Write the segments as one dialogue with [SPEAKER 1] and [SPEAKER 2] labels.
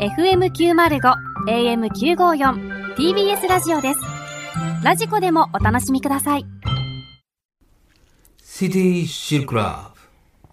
[SPEAKER 1] FM905 AM954 TBS ラジオですラジコでもお楽しみください
[SPEAKER 2] シティシルクラブ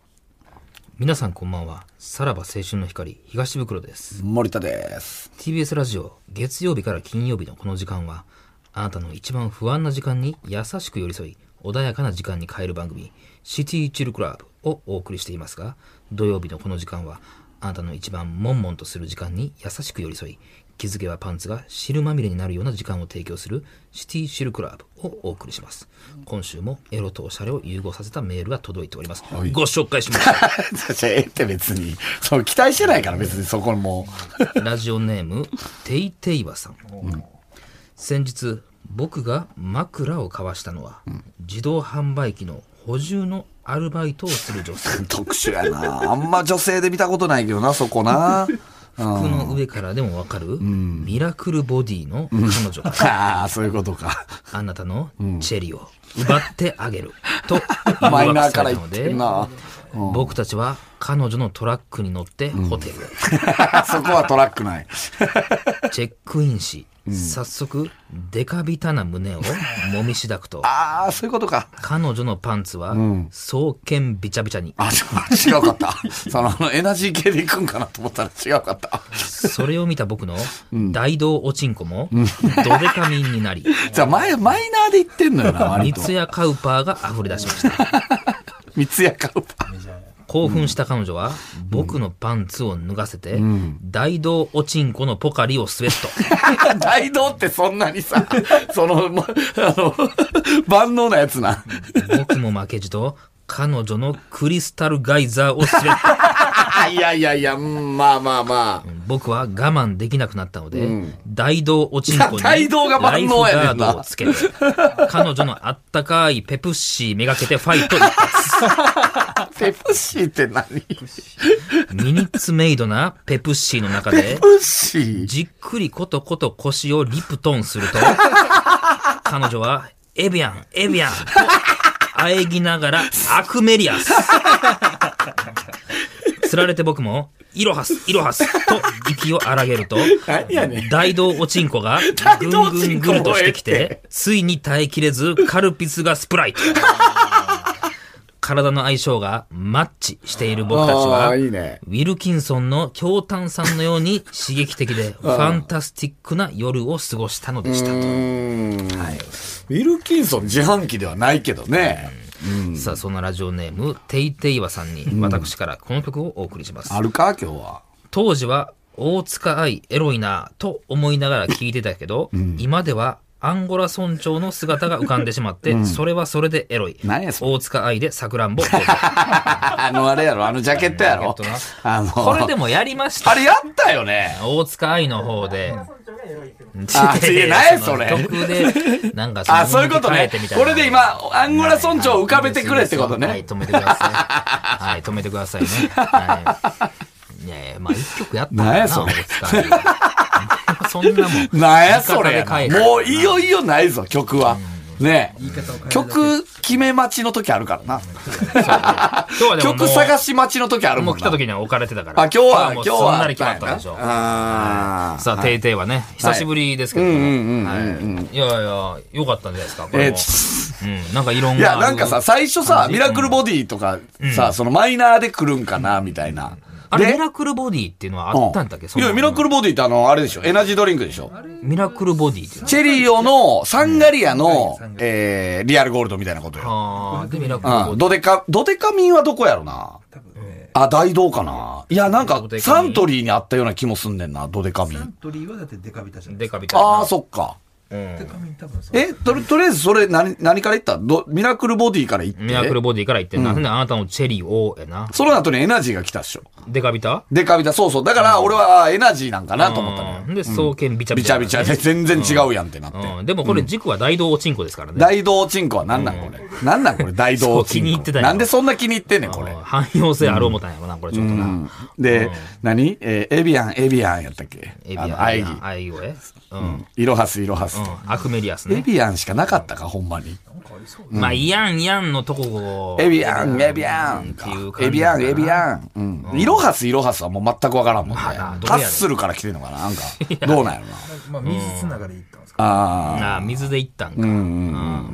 [SPEAKER 2] 皆さんこんばんはさらば青春の光東袋です
[SPEAKER 3] 森田です。
[SPEAKER 2] TBS ラジオ月曜日から金曜日のこの時間はあなたの一番不安な時間に優しく寄り添い穏やかな時間に変える番組「シティ・チル・クラブ」をお送りしていますが土曜日のこの時間はあなたの一番悶々とする時間に優しく寄り添い気づけばパンツが汁まみれになるような時間を提供する「シティ・シル・クラブ」をお送りします今週もエロとおしゃれを融合させたメールが届いております、ご紹介しました
[SPEAKER 3] じゃあええって別に。そう、期待してないから別にそこも。
[SPEAKER 2] ラジオネーム、テイテイバさん。先日、僕が枕を交わしたのは、自動販売機の補充のアルバイトをする女性。
[SPEAKER 3] 特殊やな。あんま女性で見たことないけどな、そこな。
[SPEAKER 2] 服の上からでもわかる、ミラクルボディの彼女が、
[SPEAKER 3] ああ、そういうことか。
[SPEAKER 2] あなたのチェリーを奪ってあげる。と、誘
[SPEAKER 3] マイ
[SPEAKER 2] 惑
[SPEAKER 3] ナーか
[SPEAKER 2] さ
[SPEAKER 3] ら
[SPEAKER 2] れ
[SPEAKER 3] 言
[SPEAKER 2] た
[SPEAKER 3] っ
[SPEAKER 2] の
[SPEAKER 3] て
[SPEAKER 2] で
[SPEAKER 3] ん、な。
[SPEAKER 2] 僕たちは彼女のトラックに乗ってホテルへ。
[SPEAKER 3] そこはトラックない。
[SPEAKER 2] チェックインし、早速、デカビタな胸を揉みしだくと、
[SPEAKER 3] ああ、そういうことか。
[SPEAKER 2] 彼女のパンツは、双剣びちゃびちゃに。
[SPEAKER 3] あ、ちょ違うかった。その、あのエナジー系で行くんかなと思ったら違うかった。
[SPEAKER 2] それを見た僕の大道おちんこも、ドデカミン になり、
[SPEAKER 3] じゃあ、前、マイナーで言ってんのよな、割
[SPEAKER 2] 三
[SPEAKER 3] と。
[SPEAKER 2] ツ矢カウパーが溢れ出しました。
[SPEAKER 3] 三ツ矢カウパ
[SPEAKER 2] 興奮した彼女は、僕のパンツを脱がせて、大道おちんこのポカリをスウェッ
[SPEAKER 3] ー。大道ってそんなにさ、その、まあの、万能なやつな。
[SPEAKER 2] ト。僕も負けじと、彼女のクリスタルガイザーをスウェット。
[SPEAKER 3] あいやいやいや、うんまあまあま
[SPEAKER 2] 僕は我慢できなくなったので、大道おちんこにラ
[SPEAKER 3] 大
[SPEAKER 2] イフ
[SPEAKER 3] 道が万能やねんな
[SPEAKER 2] ガードをつけて、彼女のあったかいペプシーめがけてファイト一 発。
[SPEAKER 3] あ。ペプシーって何ペ
[SPEAKER 2] ミニッツメイドなペプシーの中で、
[SPEAKER 3] プシー
[SPEAKER 2] じっくりことこと腰をリプトンすると、 彼女は、エビアン、エビアン、と、喘ぎながら、アクメリア ス。釣られて僕も、イロハス、イロハス、 と息を荒げると、
[SPEAKER 3] 何やねん。
[SPEAKER 2] 大道おちんこが
[SPEAKER 3] 大
[SPEAKER 2] ぐん
[SPEAKER 3] 道お
[SPEAKER 2] ぐ
[SPEAKER 3] ちん
[SPEAKER 2] ん
[SPEAKER 3] こ
[SPEAKER 2] ぐるとしてき、
[SPEAKER 3] もうええって
[SPEAKER 2] ついに耐えきれず、カルピスがスプライト。体の相性がマッチしている僕たち
[SPEAKER 3] あ
[SPEAKER 2] は、
[SPEAKER 3] ーいいね
[SPEAKER 2] ウィルキンソンの強炭酸のように刺激的 で、ファンタスティックな夜を過ごしたのでした
[SPEAKER 3] うーん。ウィルキンソン自販機ではないけどね。
[SPEAKER 2] と。さあ、そんなラジオネーム、テイテイワさんに、私からこの曲をお送りします。
[SPEAKER 3] あるか今日は。
[SPEAKER 2] 当時は大塚愛エロいなと思いながら聞いてたけど、今ではアンゴラ村長の姿が浮かんでしまって、それはそれでエロい
[SPEAKER 3] 何やそ
[SPEAKER 2] 大塚愛でさくらんぼ
[SPEAKER 3] あのあれやろ、あのジャケットやろ
[SPEAKER 2] ジャケッ。
[SPEAKER 3] あの、
[SPEAKER 2] これでもやりました
[SPEAKER 3] あれやったよね。
[SPEAKER 2] 大塚愛の方で。
[SPEAKER 3] あ違う
[SPEAKER 2] いや
[SPEAKER 3] 何や
[SPEAKER 2] の
[SPEAKER 3] それ
[SPEAKER 2] 曲で、なんか
[SPEAKER 3] あ、そういうこと
[SPEAKER 2] 変え
[SPEAKER 3] ね
[SPEAKER 2] てみ。たいな
[SPEAKER 3] これで今、アンゴラ村長を浮かべてくれってこと
[SPEAKER 2] はい、
[SPEAKER 3] ね。
[SPEAKER 2] 止めてください。はい、止めてくださいね。はい。いやいや、まあ一曲やったから
[SPEAKER 3] 何や
[SPEAKER 2] な、
[SPEAKER 3] そ
[SPEAKER 2] 大
[SPEAKER 3] れ
[SPEAKER 2] 塚愛 はそんなもん。
[SPEAKER 3] なんやそれ
[SPEAKER 2] 言い方で変えた
[SPEAKER 3] もういよいよないぞ、曲は。ね曲決め待ちの時あるからな。
[SPEAKER 2] 今日はでももう
[SPEAKER 3] 曲探し待ちの時ある
[SPEAKER 2] も
[SPEAKER 3] も
[SPEAKER 2] うん来
[SPEAKER 3] な。
[SPEAKER 2] た
[SPEAKER 3] あ、
[SPEAKER 2] 時には置かれてたから。
[SPEAKER 3] 今日は、今
[SPEAKER 2] もう
[SPEAKER 3] 日
[SPEAKER 2] す
[SPEAKER 3] は。
[SPEAKER 2] んなり決まったでしょ。
[SPEAKER 3] あー
[SPEAKER 2] さあ、ていていはね、久しぶりですけどね。はいいやいや、よかったんじゃないですか、こ
[SPEAKER 3] え
[SPEAKER 2] れ
[SPEAKER 3] ー
[SPEAKER 2] も。
[SPEAKER 3] ち
[SPEAKER 2] うん、なんか異論
[SPEAKER 3] い
[SPEAKER 2] があ
[SPEAKER 3] や、
[SPEAKER 2] る。
[SPEAKER 3] なんかさ、最初さ
[SPEAKER 2] 感、じ
[SPEAKER 3] ミラクルボディとかさ、そのマイナーで来るんかな、みたいな。
[SPEAKER 2] あれ、
[SPEAKER 3] で
[SPEAKER 2] ミラクルボディっていうのはあったんだっけ
[SPEAKER 3] いや、ミラク
[SPEAKER 2] ル。
[SPEAKER 3] ルボディってあの、あれでしょ、エナジードリンクでしょ。
[SPEAKER 2] ミラクルボディっていうの
[SPEAKER 3] チェリオのサンガリアの、えー、リアルゴールドみたいなことよ。
[SPEAKER 2] あーで、ミラクル
[SPEAKER 3] う
[SPEAKER 2] ボ
[SPEAKER 3] ん。
[SPEAKER 2] ディ。
[SPEAKER 3] ドデカ、ドデカミンはどこやろなあ、大道かないや、なんか
[SPEAKER 2] ドデカミ、ン
[SPEAKER 3] サントリーにあったような気もすんねんな、ドデカミ
[SPEAKER 4] サン
[SPEAKER 3] ン。
[SPEAKER 4] トリーはだってデカビタじゃない
[SPEAKER 2] デカビタ。
[SPEAKER 3] ああ、そっか。
[SPEAKER 2] うん
[SPEAKER 4] デカミン多分そう。
[SPEAKER 3] え、とり、とりあえずそれ、何、何から言ったどミラクルボディから言って。
[SPEAKER 2] ミラクルボディから言ってんな。ほんであなたのチェリーを、やな。
[SPEAKER 3] その後にエナジーが来たっしょ。
[SPEAKER 2] デカビタ
[SPEAKER 3] デカビタ、そうそう。だから、俺は、あエナジーなんかなと思ったのよ。
[SPEAKER 2] うんで、双剣ビチャ
[SPEAKER 3] び
[SPEAKER 2] ビ
[SPEAKER 3] ち
[SPEAKER 2] チャ。
[SPEAKER 3] ゃびちゃで、全然違うやんってなって。
[SPEAKER 2] うん。でもこれ軸は大道おちんこですからね。
[SPEAKER 3] 大道チンコは何なんこれ。何なんこれ、大道チンコ。
[SPEAKER 2] そう気に入ってたよ
[SPEAKER 3] なんでそんな気に入ってんねん、これ
[SPEAKER 2] うん。汎用性ある思ったんやろな、これちょっとな。
[SPEAKER 3] で、何えーエビアン、エビアンやったっけ
[SPEAKER 2] エビ
[SPEAKER 3] あの、
[SPEAKER 2] アン
[SPEAKER 3] ア
[SPEAKER 2] エ
[SPEAKER 3] イ
[SPEAKER 2] ビ
[SPEAKER 3] ギ
[SPEAKER 2] アン。あいおえ。うん。
[SPEAKER 3] イロハス、イロハス。スと。
[SPEAKER 2] うん、アクメリアス
[SPEAKER 3] エ
[SPEAKER 2] ね。
[SPEAKER 3] ビアンしかなかったか、ほんまに。
[SPEAKER 4] なんかありそう
[SPEAKER 2] まあ、イアン、イアンのとこを。
[SPEAKER 3] エビアン、エビアン
[SPEAKER 2] っていう感じ
[SPEAKER 3] エビアン、エビアン。うん。イロハス、イロハスはもう全くわからんもんね。
[SPEAKER 2] まあなどうや
[SPEAKER 3] ハ
[SPEAKER 2] ろ
[SPEAKER 3] ッスルから来てるのかなな んか、どうなんやろな。
[SPEAKER 4] まあ水つながりで行ったんですか
[SPEAKER 3] ああ。
[SPEAKER 2] なあ、水で行ったんか。
[SPEAKER 3] うんうん
[SPEAKER 2] う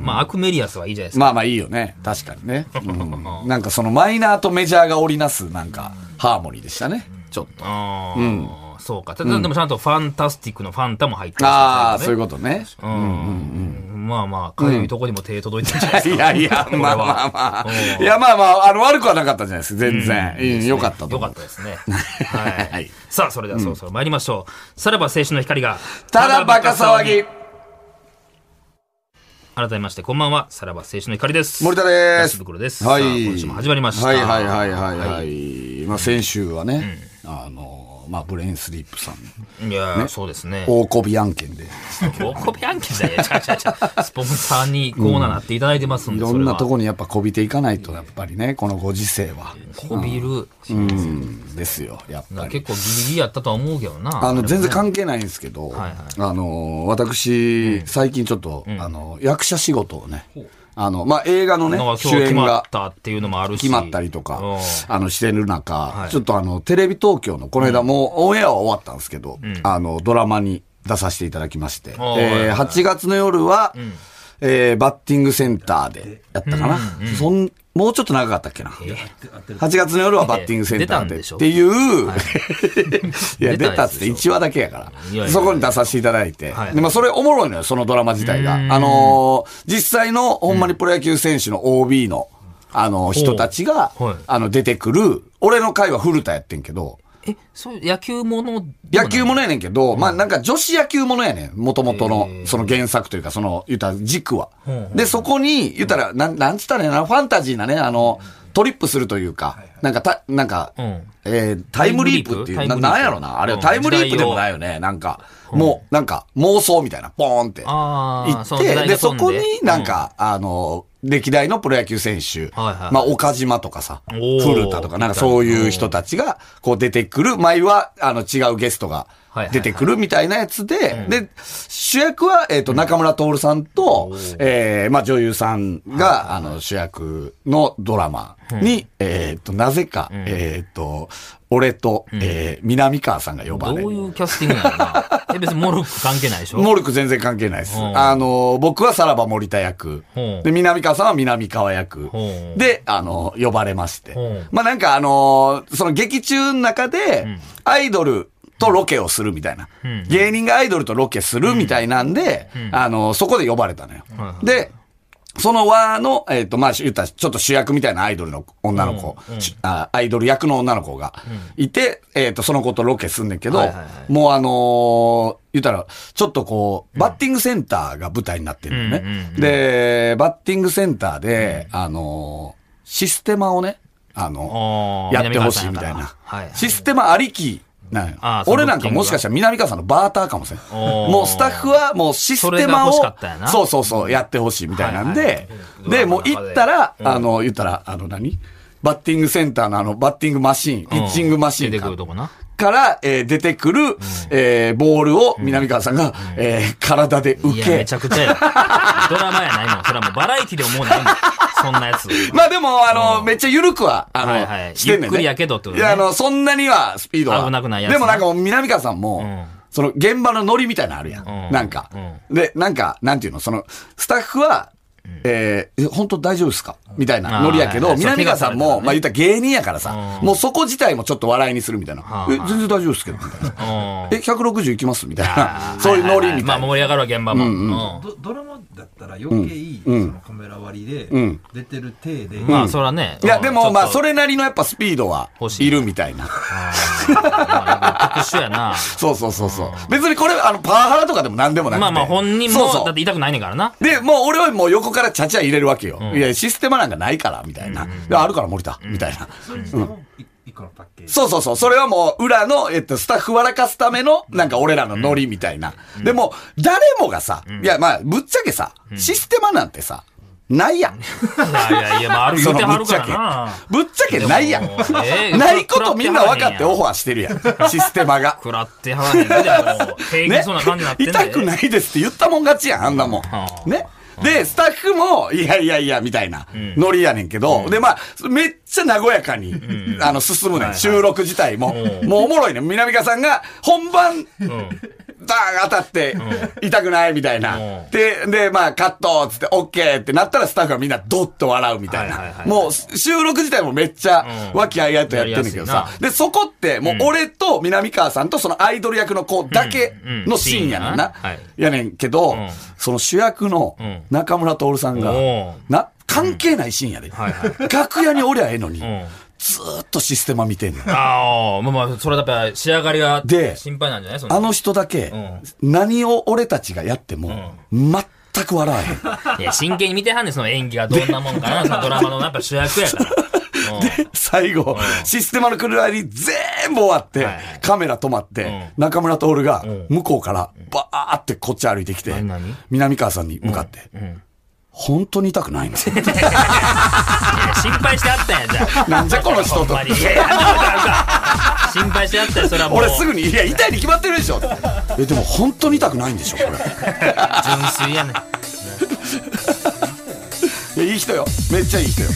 [SPEAKER 2] んまあ、アクメリアスはいいじゃないですか。
[SPEAKER 3] まあまあいいよね。確かにね。 うん。なんかそのマイナーとメジャーが織りなす、なんか、ハーモニーでしたね。ちょっと。
[SPEAKER 2] ああ、そうか。ただ、でもちゃんとファンタスティックのファンタも入ってる
[SPEAKER 3] ああ、そういう
[SPEAKER 2] う。
[SPEAKER 3] ことね。
[SPEAKER 2] うん。まあまあ、かゆいとこにも手届いてるんじゃない
[SPEAKER 3] い
[SPEAKER 2] ですか。
[SPEAKER 3] やいや、まあまあま
[SPEAKER 2] これは
[SPEAKER 3] あ。いやまあまあ、あの、悪くはなかったじゃないですか。全然。
[SPEAKER 2] いい
[SPEAKER 3] い
[SPEAKER 2] です
[SPEAKER 3] い
[SPEAKER 2] ね
[SPEAKER 3] よかった
[SPEAKER 2] よ
[SPEAKER 3] と思
[SPEAKER 2] か
[SPEAKER 3] う
[SPEAKER 2] っ。たです ね。はい。
[SPEAKER 3] はい
[SPEAKER 2] さあ、それではそろそろ参りましょう。さらば青春の光が、
[SPEAKER 3] ただバカ騒ぎ。
[SPEAKER 2] 改めまして、こんばんは。さらば青春の光です。
[SPEAKER 3] 森田で
[SPEAKER 2] 安
[SPEAKER 3] す
[SPEAKER 2] 袋です。
[SPEAKER 3] はい
[SPEAKER 2] さあ今週も始まりました。
[SPEAKER 3] はいはいはいはいはい。
[SPEAKER 2] い。
[SPEAKER 3] まあ先週はね、あの、まあブレインスリープさん、
[SPEAKER 2] いやー、そうですね。
[SPEAKER 3] 大こび案件で、
[SPEAKER 2] おこび案件じゃねえ。ちゃうちゃうちゃうスポンサーにコーナーなっていただいてますん
[SPEAKER 3] い
[SPEAKER 2] で、
[SPEAKER 3] ろ
[SPEAKER 2] そ
[SPEAKER 3] ん
[SPEAKER 2] れは
[SPEAKER 3] なとこにやっぱこびていかないと、やっぱりね、このご時世は。
[SPEAKER 2] こびる。
[SPEAKER 3] うん、ですよ、やっぱり。
[SPEAKER 2] 結構ギリギリやったとは思うけどな。
[SPEAKER 3] あの、全然関係ないんですけど、
[SPEAKER 2] はいはい
[SPEAKER 3] あの、私、最近ちょっと、あの、役者仕事をね、あの、まあ、映画のね
[SPEAKER 2] なんか、
[SPEAKER 3] 主
[SPEAKER 2] 今日決
[SPEAKER 3] 演
[SPEAKER 2] まっ
[SPEAKER 3] が
[SPEAKER 2] たっていうのもあるし。
[SPEAKER 3] 決まったりとか
[SPEAKER 2] うん、
[SPEAKER 3] あの、してる中、
[SPEAKER 2] い
[SPEAKER 3] ちょっとあの、テレビ東京の、この間もう、オンエアは終わったんですけど、あの、ドラマに出させていただきまして、え
[SPEAKER 2] はいはい
[SPEAKER 3] ー8月の夜は、えーバッティングセンターでやったかな。そんもうちょっと長かったっけな。
[SPEAKER 4] 合ってる
[SPEAKER 3] 8月の夜はバッティングセンタ
[SPEAKER 2] 出
[SPEAKER 3] ー
[SPEAKER 2] たん
[SPEAKER 3] で
[SPEAKER 2] でしょ
[SPEAKER 3] って いう、いや、
[SPEAKER 2] 出
[SPEAKER 3] 出
[SPEAKER 2] た
[SPEAKER 3] た
[SPEAKER 2] や
[SPEAKER 3] っ
[SPEAKER 2] つ
[SPEAKER 3] つ
[SPEAKER 2] で
[SPEAKER 3] っ
[SPEAKER 2] しょ
[SPEAKER 3] て1話だけやか
[SPEAKER 2] いやいや
[SPEAKER 3] ら、そこに出させていただいて
[SPEAKER 2] はい、
[SPEAKER 3] でまあそれおもろいのよ、そのドラマ自体が。あのー、実際のほんまにプロ野球選手の OB の、あのー、人たちが
[SPEAKER 2] ほうはい、
[SPEAKER 3] あの、出てくる、俺の回は古田やってんけど、
[SPEAKER 2] え、そう、野球ものではない
[SPEAKER 3] 野球ものやねんけど、まあなんか女子野球ものやねん。もともとの、その原作というか、その、言ったら軸は。で、そこに、言ったら、なん、なんつったらね、あのファンタジーなね、あの、トリップするというか、なんかた、なんか、
[SPEAKER 2] うん
[SPEAKER 3] えータイムリープっていう、
[SPEAKER 2] タイムリー
[SPEAKER 3] な
[SPEAKER 2] プ
[SPEAKER 3] なんやろな、あれ、
[SPEAKER 2] うん
[SPEAKER 3] タイムリープでもないよね、なんか、もう、なんか、妄想みたいな、ポーンって。
[SPEAKER 2] あー
[SPEAKER 3] 行
[SPEAKER 2] そ
[SPEAKER 3] っ
[SPEAKER 2] の時代が
[SPEAKER 3] て、で、
[SPEAKER 2] 飛
[SPEAKER 3] そ
[SPEAKER 2] んで
[SPEAKER 3] こになんか、あの、歴代のプロ野球選
[SPEAKER 2] は
[SPEAKER 3] 手、
[SPEAKER 2] いはい
[SPEAKER 3] まあ、岡島とかさ、
[SPEAKER 2] おー
[SPEAKER 3] 古田とか、なんかそういう人たちが、こう出てくる、前は、あの、違うゲストが
[SPEAKER 2] はいはいはい
[SPEAKER 3] 出てくるみたいなやつで、で、主役は、えっと、中村徹さんと、えーまあ、女優さんが、あの、主役のドラマに、えっと、なぜか、えっと、俺と、えー南川さんが呼ば
[SPEAKER 2] ど
[SPEAKER 3] れ
[SPEAKER 2] ういうキャスティングなの かなえ、別にモルック関係ないでしょ
[SPEAKER 3] モルク全然関係ないです。
[SPEAKER 2] うん
[SPEAKER 3] あの、僕はさらば森田役
[SPEAKER 2] うん。
[SPEAKER 3] で、南川さんは南川役
[SPEAKER 2] うん。
[SPEAKER 3] で、あの、呼ばれまして
[SPEAKER 2] うん。
[SPEAKER 3] まあなんかあの、その劇中の中で、アイドルとロケをするみたいな。芸人がアイドルとロケするみたいなんで、あの、そこで呼ばれたのよ
[SPEAKER 2] はいは。い
[SPEAKER 3] で、その輪の、えっ、と、まあ、言ったら、ちょっと主役みたいなアイドルの女の子、ちあアイドル役の女の子がいて、えっ、と、その子とロケすんねんけど、
[SPEAKER 2] はいはいはい
[SPEAKER 3] もうあのー言ったら、ちょっとこう、バッティングセンターが舞台になってるのね、
[SPEAKER 2] うんうんうん
[SPEAKER 3] で、バッティングセンターで、あのーシステマをね、あの
[SPEAKER 2] あー
[SPEAKER 3] やってほしいみたい
[SPEAKER 2] 南川さんや
[SPEAKER 3] な
[SPEAKER 2] からはい。
[SPEAKER 3] システマありき、なんよ
[SPEAKER 2] あーその
[SPEAKER 3] 俺なんかもしかしたら南川さんのバーターかもしれん。
[SPEAKER 2] おー
[SPEAKER 3] もうスタッフはもうシステ
[SPEAKER 2] それが
[SPEAKER 3] マ
[SPEAKER 2] 欲
[SPEAKER 3] を
[SPEAKER 2] しかったんやな、
[SPEAKER 3] そうそうそう、やってほしいみたいなん
[SPEAKER 2] はいはい
[SPEAKER 3] で、
[SPEAKER 2] ドラ
[SPEAKER 3] で、
[SPEAKER 2] マ
[SPEAKER 3] も
[SPEAKER 2] の
[SPEAKER 3] う
[SPEAKER 2] 中で
[SPEAKER 3] 行ったら、あの、言ったら、あの何バッティングセンターのあの、バッティングマシーン、ピッチングマシーン
[SPEAKER 2] 出て
[SPEAKER 3] か
[SPEAKER 2] くるとこな。
[SPEAKER 3] から、えー出てくる、えーボールを南川さんが、えー体で受
[SPEAKER 2] いや、め
[SPEAKER 3] け
[SPEAKER 2] ち。ゃくちゃや。ドラマやないもん。それはもうバラエティでももうないもん。そんなやつ。
[SPEAKER 3] まあでも、あの、
[SPEAKER 2] うん
[SPEAKER 3] めっちゃ緩くは、あの、
[SPEAKER 2] はいはい
[SPEAKER 3] してんねんね
[SPEAKER 2] ゆっくりやけどってこと
[SPEAKER 3] い
[SPEAKER 2] ね
[SPEAKER 3] や、あの、そんなにはスピードは。
[SPEAKER 2] 危なくないやつな
[SPEAKER 3] でもなんかもう南川さんも、
[SPEAKER 2] ん
[SPEAKER 3] その現場のノリみたいなのあるやん。
[SPEAKER 2] うん
[SPEAKER 3] なんか、で、なんか、なんていうの、その、スタッフは、えーえ本当大丈夫ですかみたいなノリやけ
[SPEAKER 2] あー
[SPEAKER 3] ど、
[SPEAKER 2] はいはい
[SPEAKER 3] 南川さ
[SPEAKER 2] そう
[SPEAKER 3] んも、まあ言ったら芸人やからさ、
[SPEAKER 2] うん
[SPEAKER 3] もうそこ自体もちょっと笑いにするみたい
[SPEAKER 2] は
[SPEAKER 3] な。
[SPEAKER 2] あ
[SPEAKER 3] え、全然大丈夫ですけど、みたいな。
[SPEAKER 2] うん
[SPEAKER 3] え、160いきますみたいな。そういうノリみたい
[SPEAKER 2] まあ
[SPEAKER 3] な。
[SPEAKER 2] 盛り上がるわ、現場も。うん
[SPEAKER 4] ドドラマだったら余計いい、そのカメラ割りで、出てる体で、
[SPEAKER 2] まあ、それはね。
[SPEAKER 3] いや、でも、まあ、そ
[SPEAKER 2] れ。
[SPEAKER 3] れなりのやっぱスピードは
[SPEAKER 2] 欲しい
[SPEAKER 3] いるみたい な。
[SPEAKER 2] まあ特殊やな。
[SPEAKER 3] そうそうそうそう。別にこれ、あの、パワハラとかでも何でもなくて。
[SPEAKER 2] まあまあ、本人
[SPEAKER 3] そう
[SPEAKER 2] も、
[SPEAKER 3] そ
[SPEAKER 2] だ
[SPEAKER 3] う
[SPEAKER 2] って痛くないねんからな。
[SPEAKER 3] で、もう俺はもう横からちゃちゃ入れるわけよ。いや、システマなんかないから、みたいな。いやあるから森田、みたいな。
[SPEAKER 4] それにしてもい一個のパッケージ。
[SPEAKER 3] そうそうそう。それはもう、裏の、えっと、スタッフ笑かすための、なんか俺らのノリみたいな。でも、誰もがさ、いや、まあ、ぶっちゃけさ、システマなんてさ、ないやん。
[SPEAKER 2] いやいや、まあ、ある言
[SPEAKER 3] そう
[SPEAKER 2] て
[SPEAKER 3] の
[SPEAKER 2] は
[SPEAKER 3] ぶ
[SPEAKER 2] る
[SPEAKER 3] っち
[SPEAKER 2] か
[SPEAKER 3] ゃ
[SPEAKER 2] らな。
[SPEAKER 3] け。ぶっちゃけないや
[SPEAKER 2] で
[SPEAKER 3] ん
[SPEAKER 2] もえ。ー
[SPEAKER 3] ないことみんな分かって
[SPEAKER 2] 食らってはらへんやん
[SPEAKER 3] オファーしてるやん。システマ が。
[SPEAKER 2] 食らってはらへんけど、もう平気そうな感じになってんで。
[SPEAKER 3] 痛くないですって言ったもん勝ちやん、あんなもん。ね。で、スタッフも、いやいやいや、みたいな、ノリやねんけど、で、まあ、めっちゃ和やかに、あの、進むねん、収録自体も。もうおもろいねん。南川さんが、本番、ダーン当たって、痛くないみたいな。
[SPEAKER 2] うん
[SPEAKER 3] で、で、まあ、カットっつって、オッケーってなったら、スタッフがみんなドッと笑うみた
[SPEAKER 2] はい
[SPEAKER 3] い
[SPEAKER 2] はい
[SPEAKER 3] な
[SPEAKER 2] は。い
[SPEAKER 3] もう、収録自体もめっちゃ、
[SPEAKER 2] うん
[SPEAKER 3] 和気あいあいとやってんねんけど
[SPEAKER 2] やりや
[SPEAKER 3] さ
[SPEAKER 2] すいな。
[SPEAKER 3] で、そこって、もう俺と南川さんとそのアイドル役の子だけのシーンやねんな
[SPEAKER 2] うんうん。
[SPEAKER 3] やねんけど、
[SPEAKER 2] ん
[SPEAKER 3] その主役の
[SPEAKER 2] ん
[SPEAKER 3] 中村徹さんが
[SPEAKER 2] おう、
[SPEAKER 3] な、関係ないシーンやで。
[SPEAKER 2] はいは
[SPEAKER 3] 楽屋におりゃええのに
[SPEAKER 2] ん、
[SPEAKER 3] ずーっとシステマ見てんねん。
[SPEAKER 2] ああ、まあまあ、それはやっぱ仕上がりが
[SPEAKER 3] で
[SPEAKER 2] 心配なんじゃないそ
[SPEAKER 3] あの人だけ、何を俺たちがやっても、全く笑わへん。
[SPEAKER 2] いや、真剣に見てはんねん、その演技がどんなもん かな、そのドラマのやっぱ主役やから。
[SPEAKER 3] で、最後、システマのくるらいに全部終わって
[SPEAKER 2] はいはい、
[SPEAKER 3] カメラ止まって、中村徹が向こうからバーってこっち歩いてきて
[SPEAKER 2] 何何、
[SPEAKER 3] 南川さんに向かって、本当に痛くないの
[SPEAKER 2] いや心配してあったんや、じゃあ。
[SPEAKER 3] なんじゃこの人
[SPEAKER 2] ほん
[SPEAKER 3] と
[SPEAKER 2] ま。に。いやいやなんか心配してあったよ、それはもう。
[SPEAKER 3] 俺すぐに、いや、痛いに決まってるでしょ。え、でも本当に痛くないんでしょ、こ
[SPEAKER 2] 純粋やねん。
[SPEAKER 3] れ。いやいい人よ。めっちゃいい人よ。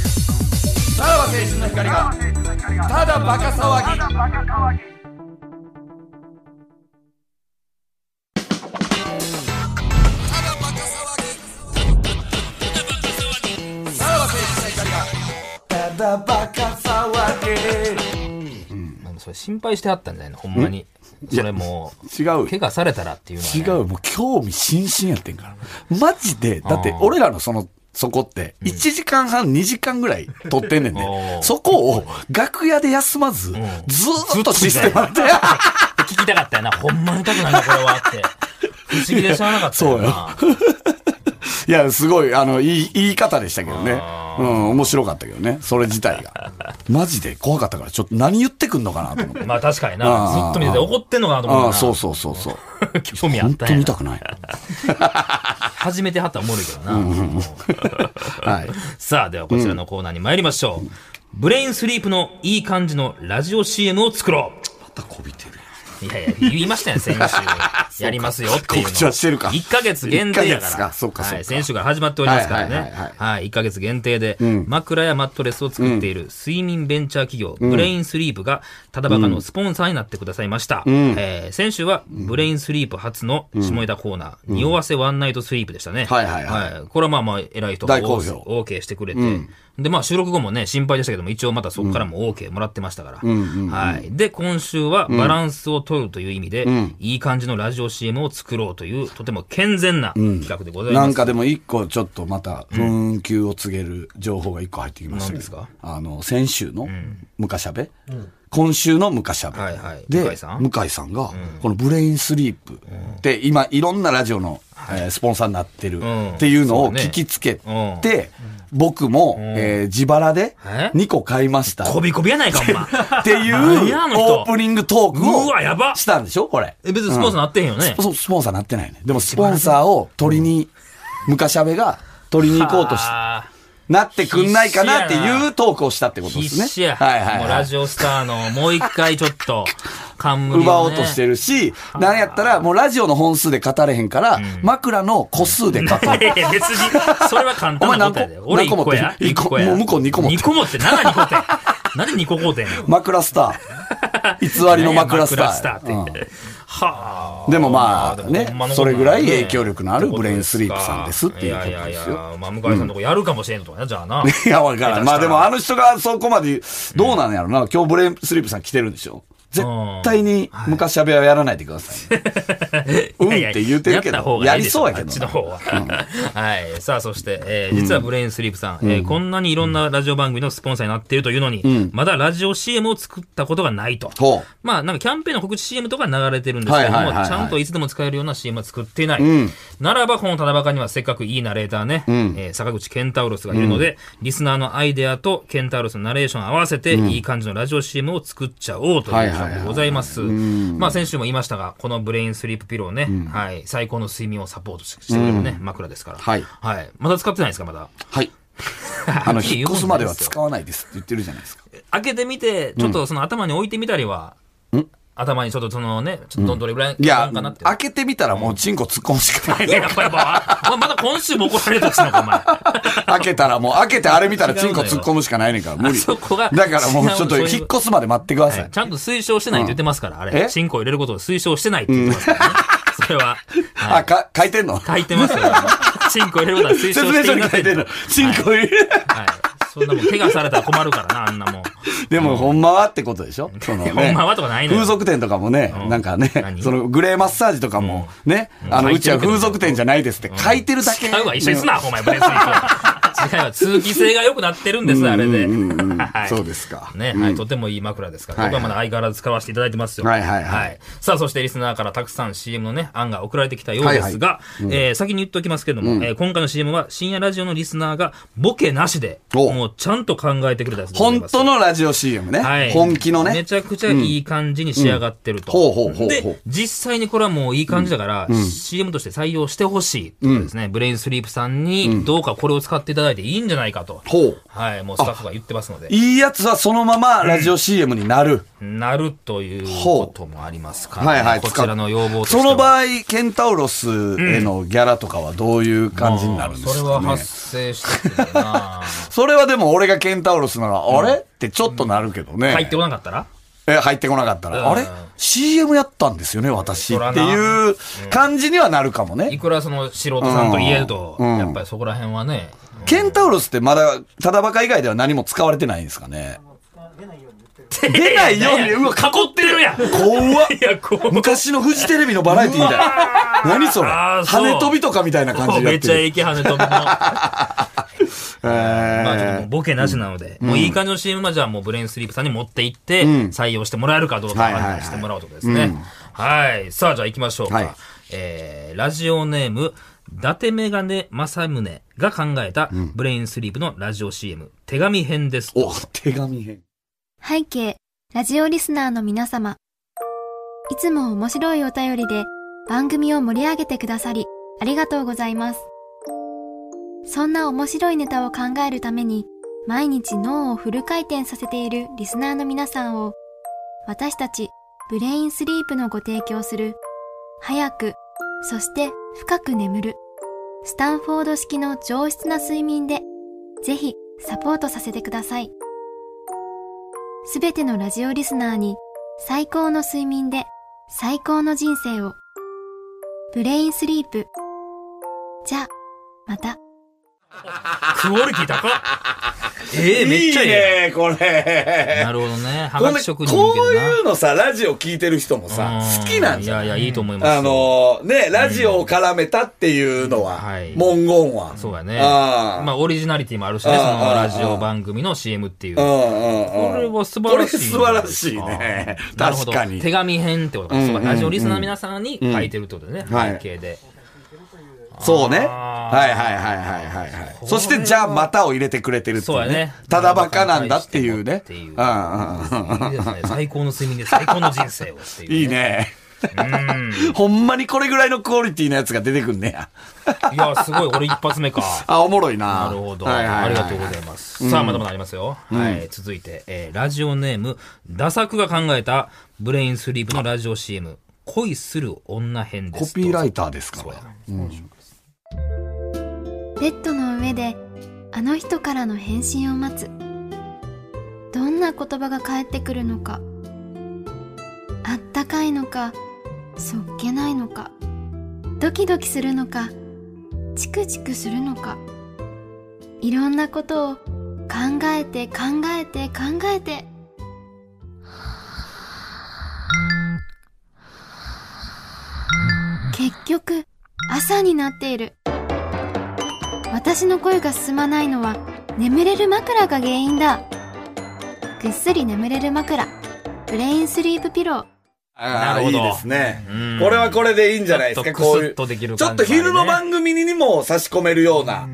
[SPEAKER 3] さらば青春の光が、ただバカ騒ぎ。
[SPEAKER 2] まあそれ心配してあったんじゃないの、ほんまに。それもう、
[SPEAKER 3] 違うよ
[SPEAKER 2] 怪我されたらっていうのは、ね。
[SPEAKER 3] 違う、もう興味津々やってんから。マジで、だって俺らのその、そこって、1時間半、2時間ぐらい撮ってんねんで、
[SPEAKER 2] おー
[SPEAKER 3] そこを楽屋で休まず、ずーっとシステムで、
[SPEAKER 2] 聞きたかったよな。ほんまに痛くないな、これはって。不思議でしゃあなかったよな。
[SPEAKER 3] いや、すごい、あの、いい、言い方でしたけどね。うん、面白かったけどね、それ自体が。マジで怖かったから、ちょっと何言ってくんのかなと思って。
[SPEAKER 2] まあ確かに
[SPEAKER 3] あ
[SPEAKER 2] な。
[SPEAKER 3] あ
[SPEAKER 2] ずっと見てて怒ってんのかなと思
[SPEAKER 3] あ
[SPEAKER 2] う
[SPEAKER 3] あ、
[SPEAKER 2] な。
[SPEAKER 3] そうそうそうそう。
[SPEAKER 2] 興味あっ
[SPEAKER 3] 本
[SPEAKER 2] た
[SPEAKER 3] 当
[SPEAKER 2] ん
[SPEAKER 3] に
[SPEAKER 2] や
[SPEAKER 3] 痛
[SPEAKER 2] な。
[SPEAKER 3] くない。
[SPEAKER 2] 初めてはったらおもろいけどな。
[SPEAKER 3] はい。
[SPEAKER 2] さあ、ではこちらのコーナーに参りましょう。ブレインスリープのいい感じのラジオ CM を作ろう。
[SPEAKER 3] またこびてる。
[SPEAKER 2] いやいや、言いましたよ、先週。やりますよっていうの。
[SPEAKER 3] 告知はしてるか
[SPEAKER 2] 1ヶ月限定や
[SPEAKER 3] 一ヶ
[SPEAKER 2] か
[SPEAKER 3] 月
[SPEAKER 2] ら。
[SPEAKER 3] かそうかそうか
[SPEAKER 2] はい、先週から始まっておりますから
[SPEAKER 3] はいはい
[SPEAKER 2] ね
[SPEAKER 3] はいはい。
[SPEAKER 2] はい、1ヶ月限定で、枕やマットレスを作っている睡眠ベンチャー企業、ブレインスリープが、ただバカのスポンサーになってくださいました。えー先週は、ブレインスリープ初の下枝コーナー、匂わせワンナイトスリープでしたね。。
[SPEAKER 3] はいはいはい
[SPEAKER 2] これはまあまあ、偉い人が
[SPEAKER 3] 大好評
[SPEAKER 2] OK してくれて、で、まあ収録後もね、心配でしたけども、一応またそこからも OK もらってましたから。はい。で、今週はバランスを取るという意味で、いい感じのラジオ CM を作ろうという、とても健全な企画でございます。
[SPEAKER 3] なんかでも一個ちょっとまた、紛糾を告げる情報が一個入ってきました
[SPEAKER 2] 何
[SPEAKER 3] けど。
[SPEAKER 2] ですか
[SPEAKER 3] あの、先週の昔しゃべ、今週の昔しゃべ。
[SPEAKER 2] はいはい
[SPEAKER 3] で、
[SPEAKER 2] 向井さん
[SPEAKER 3] 向井さんが、このブレインスリープって、今いろんなラジオの、えースポンサーになってる
[SPEAKER 2] ん
[SPEAKER 3] っていうの
[SPEAKER 2] そ
[SPEAKER 3] を
[SPEAKER 2] うね
[SPEAKER 3] 聞きつけて、僕も、えー自腹で
[SPEAKER 2] え
[SPEAKER 3] 2個買いました。
[SPEAKER 2] こびこびやないか、お前。
[SPEAKER 3] っていう
[SPEAKER 2] 何やあの人
[SPEAKER 3] オープニングトーク
[SPEAKER 2] うわやば
[SPEAKER 3] をしたんでしょこれ。
[SPEAKER 2] え別にスポンサーなってへんよね。
[SPEAKER 3] そう、スポンサーなってないね。でも、スポンサーを取りに、昔阿部が取りに行こうとし、
[SPEAKER 2] あ
[SPEAKER 3] なってくんないかなっていうトークをしたってこ
[SPEAKER 2] ー
[SPEAKER 3] とですね。
[SPEAKER 2] 必死や。
[SPEAKER 3] はいはい、
[SPEAKER 2] もうラ
[SPEAKER 3] はい。
[SPEAKER 2] ジオスターのもう一回ちょっ と、冠を、ね。
[SPEAKER 3] 奪おうとしてるし、なんやったら、もうラジオの本数で語れへんから、枕の個数で語 る。
[SPEAKER 2] いやいや別に、それは簡単な答えだよ。
[SPEAKER 3] お前
[SPEAKER 2] 俺
[SPEAKER 3] 何個
[SPEAKER 2] 1個や。
[SPEAKER 3] 何
[SPEAKER 2] 一や
[SPEAKER 3] 個持ってる一個もう向こう二個持ってる
[SPEAKER 2] 二個持って、なんか2個って。なんで2個買うてんの
[SPEAKER 3] 枕スター。偽りの枕スター。
[SPEAKER 2] ーって。はあ。
[SPEAKER 3] でもまあ
[SPEAKER 2] で
[SPEAKER 3] ね
[SPEAKER 2] ほんまの
[SPEAKER 3] それぐらい
[SPEAKER 2] ことなんだね
[SPEAKER 3] 影響力のあるブレインスリープさんですっていうことですよ
[SPEAKER 2] やいやいや、まあ、向井さんのとこやるかもしれんとかね、じゃあ な。
[SPEAKER 3] いや、わからん。まあでも、あの人がそこまで、どうなんやろな。今日ブレインスリープさん来てるんでしょ絶対に昔喋りはやらないでください ね。うんっ
[SPEAKER 2] いやいや
[SPEAKER 3] て言うてるけ
[SPEAKER 2] やった方
[SPEAKER 3] ど、
[SPEAKER 2] が
[SPEAKER 3] や
[SPEAKER 2] いい
[SPEAKER 3] り
[SPEAKER 2] でし
[SPEAKER 3] そ
[SPEAKER 2] ょ
[SPEAKER 3] うやけ
[SPEAKER 2] あっ
[SPEAKER 3] ど
[SPEAKER 2] ちの
[SPEAKER 3] な。
[SPEAKER 2] 方は。はい。さあ、そして、えー実はブレインスリープさん、えーこんなにいろんなラジオ番組のスポンサーになっているというのに、まだラジオ CM を作ったことがないと。
[SPEAKER 3] ほう
[SPEAKER 2] まあ、なんかキャンペーンの告知 CM とか流れてるんですけども、
[SPEAKER 3] はいはいはいはい
[SPEAKER 2] ちゃんといつでも使えるような CM は作ってない。ならば、このただバカにはせっかくいいナレーターね、えー坂口ケンタウロスがいるので、リスナーのアイデアとケンタウロスのナレーションを合わせて、いい感じのラジオ CM を作っちゃおうという企さんでございます。まあ先週も言いましたが、このブレインスリープピローね、はい、最高の睡眠をサポートしてくれるね、枕ですから。
[SPEAKER 3] はい
[SPEAKER 2] はい。まだ使ってないですか、まだ。
[SPEAKER 3] はい。あの、
[SPEAKER 2] いや
[SPEAKER 3] 引っ越すまでは使わないですって言ってるじゃないですか。
[SPEAKER 2] 開けてみて、ちょっとその頭に置いてみたりは、頭にちょっとそのね、ちょっとどれぐらい
[SPEAKER 3] いや
[SPEAKER 2] なんかなっ、て。
[SPEAKER 3] 開けてみたらもうチンコ突っ込むしかない
[SPEAKER 2] い。ややっぱりままだ今週も怒られたしな、お前。
[SPEAKER 3] 開けたらもう、開けてあれ見たらチンコ突っ込むしかないねんから、無理。
[SPEAKER 2] あそこが
[SPEAKER 3] だからもうちょっと
[SPEAKER 2] 違うのそういう
[SPEAKER 3] 引っ越すまで待ってくださ
[SPEAKER 2] はいい。ちゃんと推奨してないって言ってますから、あ
[SPEAKER 3] え
[SPEAKER 2] れ。チンコを入れることを推奨してないって言ってますからね。それ は。は
[SPEAKER 3] あ、
[SPEAKER 2] い
[SPEAKER 3] か、書いてんの
[SPEAKER 2] 書いてますよ。チンコ入れることは推奨
[SPEAKER 3] 説
[SPEAKER 2] し
[SPEAKER 3] 明
[SPEAKER 2] て
[SPEAKER 3] 書
[SPEAKER 2] い
[SPEAKER 3] に
[SPEAKER 2] ま
[SPEAKER 3] 書
[SPEAKER 2] せん
[SPEAKER 3] いてんの。チンコ入れる。
[SPEAKER 2] はい。そんなもん、怪我されたら困るからな、あんなもん。
[SPEAKER 3] でも、ほんまはってことでしょそのね。
[SPEAKER 2] ほんまはとかないのよ
[SPEAKER 3] 風俗店とかもね、なんかね、
[SPEAKER 2] 何
[SPEAKER 3] そのグレーマッサージとかも、ね、あの、
[SPEAKER 2] 書い
[SPEAKER 3] う
[SPEAKER 2] て
[SPEAKER 3] ち
[SPEAKER 2] る
[SPEAKER 3] は
[SPEAKER 2] けど
[SPEAKER 3] 風俗店じゃないですって書いてるだけ。
[SPEAKER 2] 違うわ、一緒にすな、お前、 ブレスリーは。違うわ、通気性が良くなってるんです、あれで。
[SPEAKER 3] うんうんうん
[SPEAKER 2] はい
[SPEAKER 3] そうですか
[SPEAKER 2] ね、はい、とてもいい枕ですから、
[SPEAKER 3] はい
[SPEAKER 2] 僕はまだ相変わらず使わせていただいてますよ。
[SPEAKER 3] はいはいはい
[SPEAKER 2] さあ、そしてリスナーからたくさん CM のね、案が送られてきたようですが、えー先に言っておきますけども、えー今回の CM は深夜ラジオのリスナーがボケなしで、
[SPEAKER 3] お
[SPEAKER 2] もうちゃんと考えてくれたやつでござい
[SPEAKER 3] 本
[SPEAKER 2] ます
[SPEAKER 3] 当のラジオ CM ね。
[SPEAKER 2] はい、
[SPEAKER 3] 本気の
[SPEAKER 2] め
[SPEAKER 3] ね。
[SPEAKER 2] ちゃくちゃいい感じに仕上がってると。
[SPEAKER 3] うんうんほうほうほうほう
[SPEAKER 2] で、実際にこれはもういい感じだから、CM として採用してほしいってことですね、ブレインスリープさんに、どうかこれを使っていただいていいんじゃないかと。
[SPEAKER 3] ほう。
[SPEAKER 2] はい、もうスタッフが言ってますので。
[SPEAKER 3] いいやつはそのままラジオ CM になる。
[SPEAKER 2] なるということもありますから、
[SPEAKER 3] はいはい。
[SPEAKER 2] こちらの要望として
[SPEAKER 3] そ
[SPEAKER 2] は。
[SPEAKER 3] の場合、ケンタウロスへのギャラとかはどういう感じになるんですか、ね、
[SPEAKER 2] それは発生してくるな
[SPEAKER 3] それはでも俺がケンタウロスなら、あれってちょっとなるけどね。
[SPEAKER 2] 入ってこなかったら
[SPEAKER 3] え入ってこなかったら、
[SPEAKER 2] うん
[SPEAKER 3] あれ ?CM やったんですよね、私。
[SPEAKER 2] そらな
[SPEAKER 3] っていう感じにはなるかも
[SPEAKER 2] い
[SPEAKER 3] ね。
[SPEAKER 2] くらその素人さんと言えると、
[SPEAKER 3] うん
[SPEAKER 2] やっぱりそこら辺はね、
[SPEAKER 3] ケンタウロスってまだ、ただバカ以外では何も使われてないんです かね。出ないように、うわ、
[SPEAKER 2] 囲ってるやん
[SPEAKER 3] 怖っ
[SPEAKER 2] いや、こう。
[SPEAKER 3] 昔のフジテレビのバラエティみたい。何それ
[SPEAKER 2] あー
[SPEAKER 3] 跳
[SPEAKER 2] そう
[SPEAKER 3] ね飛びとかみたいな感じでや
[SPEAKER 2] め
[SPEAKER 3] っ
[SPEAKER 2] っちゃ
[SPEAKER 3] てる。
[SPEAKER 2] イケハネ飛びの。ま
[SPEAKER 3] え
[SPEAKER 2] あちょっともう
[SPEAKER 3] ー
[SPEAKER 2] ボケなしなので、もういい感じの CM はじゃあもうブレインスリープさんに持って行って、採用してもらえるかどうか
[SPEAKER 3] はいはいはい
[SPEAKER 2] 判断してもらうとですね。はい。さあじゃあ行きましょう
[SPEAKER 3] はい
[SPEAKER 2] か。えーラジオネーム、伊達メガネ正宗が考えたブレインスリープのラジオ CM、手紙編です。
[SPEAKER 3] お、手紙編。
[SPEAKER 5] 背景、ラジオリスナーの皆様。いつも面白いお便りで番組を盛り上げてくださり、ありがとうございます。そんな面白いネタを考えるために、毎日脳をフル回転させているリスナーの皆さんを、私たち、ブレインスリープのご提供する、早く、そして深く眠る、スタンフォード式の上質な睡眠で、ぜひサポートさせてください。すべてのラジオリスナーに最高の睡眠で最高の人生を。ブレインスリープ。じゃあ、また。
[SPEAKER 2] クオリティ 高っええめっちゃいい
[SPEAKER 3] い
[SPEAKER 2] ね。
[SPEAKER 3] ね、これ。
[SPEAKER 2] なるほどね。は
[SPEAKER 3] これ
[SPEAKER 2] がき職人向
[SPEAKER 3] こう
[SPEAKER 2] けだな
[SPEAKER 3] いうのさ、ラジオ聞いてる人もさ、
[SPEAKER 2] う
[SPEAKER 3] 好きなん
[SPEAKER 2] い
[SPEAKER 3] じゃ
[SPEAKER 2] や
[SPEAKER 3] ない
[SPEAKER 2] いや、いいと思いますよ。
[SPEAKER 3] あのーね、ラジオを絡めたっていうのは、
[SPEAKER 2] はい
[SPEAKER 3] 文言は。
[SPEAKER 2] そうやね。
[SPEAKER 3] あー
[SPEAKER 2] まあ、オリジナリティもあるしね、
[SPEAKER 3] あ
[SPEAKER 2] そ
[SPEAKER 3] ー
[SPEAKER 2] の
[SPEAKER 3] あー
[SPEAKER 2] ラジオ番組の CM っていう。
[SPEAKER 3] うん
[SPEAKER 2] こ
[SPEAKER 3] うんうん。
[SPEAKER 2] れは素晴らしい。
[SPEAKER 3] これ素晴らしいね
[SPEAKER 2] あ。ー なるほ
[SPEAKER 3] 確
[SPEAKER 2] ど
[SPEAKER 3] かに。
[SPEAKER 2] 手紙編ってことか。
[SPEAKER 3] うん
[SPEAKER 2] そうか
[SPEAKER 3] うん
[SPEAKER 2] ラジオリスナーの皆さんに書いてるってことでね、
[SPEAKER 3] うんはい
[SPEAKER 2] 背景で。
[SPEAKER 3] そうね。は
[SPEAKER 2] あ
[SPEAKER 3] い
[SPEAKER 2] ー
[SPEAKER 3] はいはいはいはいはい。そして、じゃあまたを入れてくれてるってい
[SPEAKER 2] そう
[SPEAKER 3] う
[SPEAKER 2] や
[SPEAKER 3] ね
[SPEAKER 2] ね。。
[SPEAKER 3] ただバカなんだっていうね
[SPEAKER 2] っ。ていう
[SPEAKER 3] うんうんうん
[SPEAKER 2] いいですね。最高の睡眠で最高の人生をっていう。
[SPEAKER 3] いいね。
[SPEAKER 2] うん。
[SPEAKER 3] ほんまにこれぐらいのクオリティのやつが出てくんねや。
[SPEAKER 2] いや、すごい。俺一発目か。
[SPEAKER 3] あ、おもろいな。
[SPEAKER 2] なるほど、
[SPEAKER 3] はいはいはい
[SPEAKER 2] ありがとうございます。さあ、まだまだありますよ。はい。続いて、えーラジオネーム、ダサクが考えた、ブレインスリープのラジオ CM、恋する女編で
[SPEAKER 3] コ
[SPEAKER 2] す。
[SPEAKER 3] ピーライ
[SPEAKER 2] ト。
[SPEAKER 3] ターですか
[SPEAKER 2] そうや
[SPEAKER 3] ら。。
[SPEAKER 5] ベッドの上で、あの人からの返信を待つ。どんな言葉が返ってくるのか。あったかいのか、そっけないのか。ドキドキするのか、チクチクするのか。いろんなことを考えて考えて考えて。結局、朝になっている。私の声が進まないのは眠れる枕が原因だぐっすり眠れる枕ブレインスリープピロー
[SPEAKER 3] あ
[SPEAKER 2] な
[SPEAKER 3] あ、
[SPEAKER 2] る
[SPEAKER 3] い
[SPEAKER 2] ほ
[SPEAKER 3] い
[SPEAKER 2] ど
[SPEAKER 3] ですね
[SPEAKER 2] うん。
[SPEAKER 3] これはこれでいいんじゃないですか、
[SPEAKER 2] ちょ
[SPEAKER 3] こ
[SPEAKER 2] っと
[SPEAKER 3] う
[SPEAKER 2] ク
[SPEAKER 3] い
[SPEAKER 2] ス
[SPEAKER 3] う。
[SPEAKER 2] ッとできる
[SPEAKER 3] ちょ
[SPEAKER 2] 感
[SPEAKER 3] っ
[SPEAKER 2] じ
[SPEAKER 3] と
[SPEAKER 2] もありね
[SPEAKER 3] 昼の番組にも差し込めるような、